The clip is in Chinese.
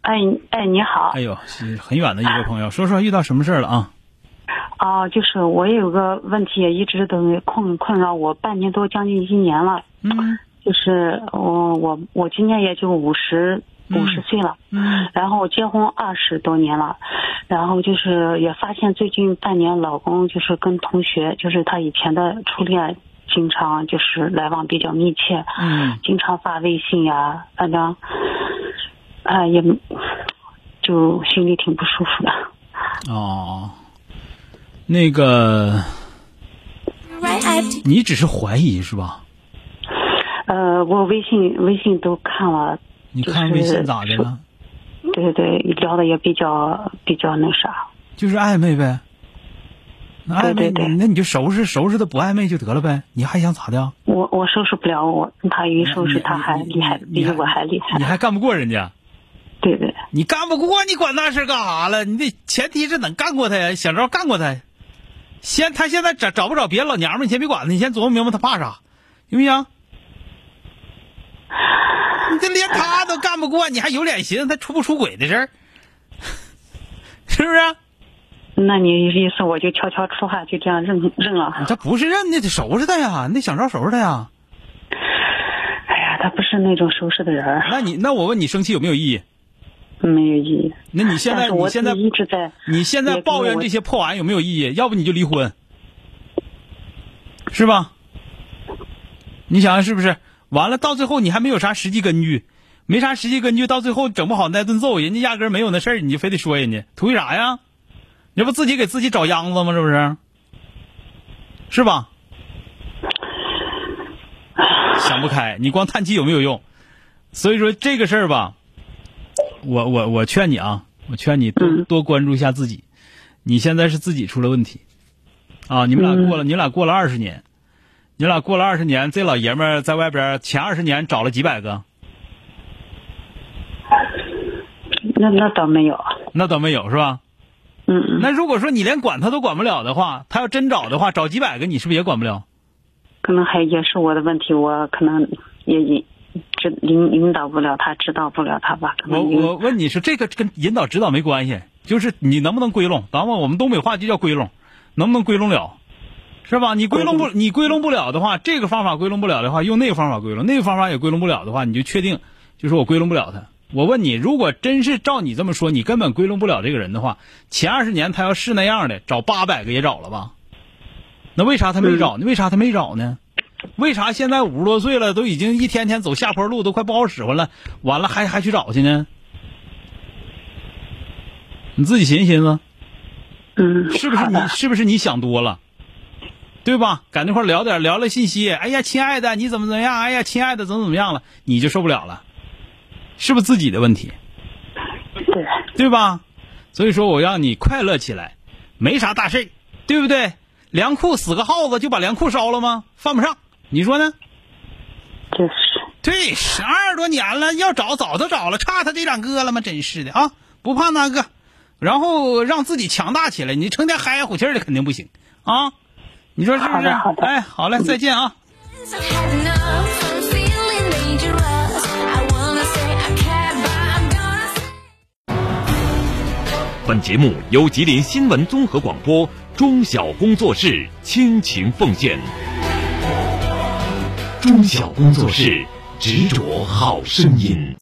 哎哎，你好哎呦，是很远的一位朋友，说说遇到什么事儿了啊？啊，就是我也有个问题，也一直都困困扰我半年多，将近一年了。嗯就是我我我今年也就五十嗯五十岁了，嗯然后结婚二十多年了，然后就是也发现最近半年老公就是跟同学，就是他以前的初恋，经常就是来往比较密切，嗯经常发微信呀、反正，哎、也就心里挺不舒服的。哦，那个，你只是怀疑是吧？呃，我微信微信都看了，你看微信咋的了？对对对，聊的也比较比较那啥。就是暧昧呗。那暧昧，对对对那你就收拾收拾他，不暧昧就得了呗。你还想咋的？我我收拾不了我，他一收拾你他还你厉害，你比我还厉你害。还干不过人家？对对你干不过，你管那事儿干啥了？你得前提是能干过他呀，想着干过他。先他现在找找不找别的老娘们儿，你先别管他，你先琢磨明白他怕啥，行不行？你这连他都干不过，你还有脸寻思他出不出轨的事儿， 是不是？那你意思我就悄悄出发，就这样认认了。他不是认，你得收拾他呀，你得想招收拾他呀。哎呀，他不是那种收拾的人儿，那你那我问你，生气有没有意义？没有意义。那你现但在 是我你自现在己一直在，你现在抱怨这些破玩意有没有意义？要不你就离婚，是吧？你想想是不是？完了，到最后你还没有啥实际根据，没啥实际根据，到最后整不好那顿揍，人家压根儿没有那事儿，你就非得说人家，图啥呀？你这不自己给自己找秧子吗？这不是？是吧？想不开，你光叹气有没有用？所以说这个事儿吧，我我我劝你啊，我劝你多嗯多关注一下自己。你现在是自己出了问题，啊，你们俩过了，你俩过了二十年，你俩过了二十年，这老爷们儿在外边儿前二十年找了几百个，那那倒没有。那倒没有是吧？嗯嗯，那如果说你连管他都管不了的话，他要真找的话，找几百个你是不是也管不了？可能还也是我的问题，我可能也引指引引导不了他，指导不了他吧。可我能我问你是这个跟引导指导没关系，就是你能不能归拢？咱们我们东北话就叫归拢，能不能归拢了？是吧？你归拢不，你归拢不了的话，这个方法归拢不了的话，用那个方法归拢，那个方法也归拢不了的话，你就确定，就说我归拢不了他。我问你，如果真是照你这么说，你根本归拢不了这个人的话，前二十年他要是那样的，找八百个也找了吧？那为啥他没找呢？为啥他没找呢？为啥现在五十多岁了，都已经一天天走下坡路，都快不好使唤了，完了还还去找去呢？你自己寻思寻思，嗯， 是不是好你的是不是你想多了，对吧？赶那块儿聊点聊聊信息，哎呀，亲爱的，你怎么怎么样？哎呀，亲爱的，怎么怎么样了？你就受不了了，是不是自己的问题？对，对吧？所以说我让你快乐起来，没啥大事儿，对不对？粮库死个耗子就把粮库烧了吗？犯不上，你说呢？就是。对，十二多年了，要找早都找了，差他这两个了吗？真是的啊，不怕那个，然后让自己强大起来，你成天嗨呀虎气儿的肯定不行啊！你说是不好是？的好的嗯哎，好嘞，再见啊！本节目由吉林新闻综合广播中小工作室倾情奉献。中小工作室执着好声音。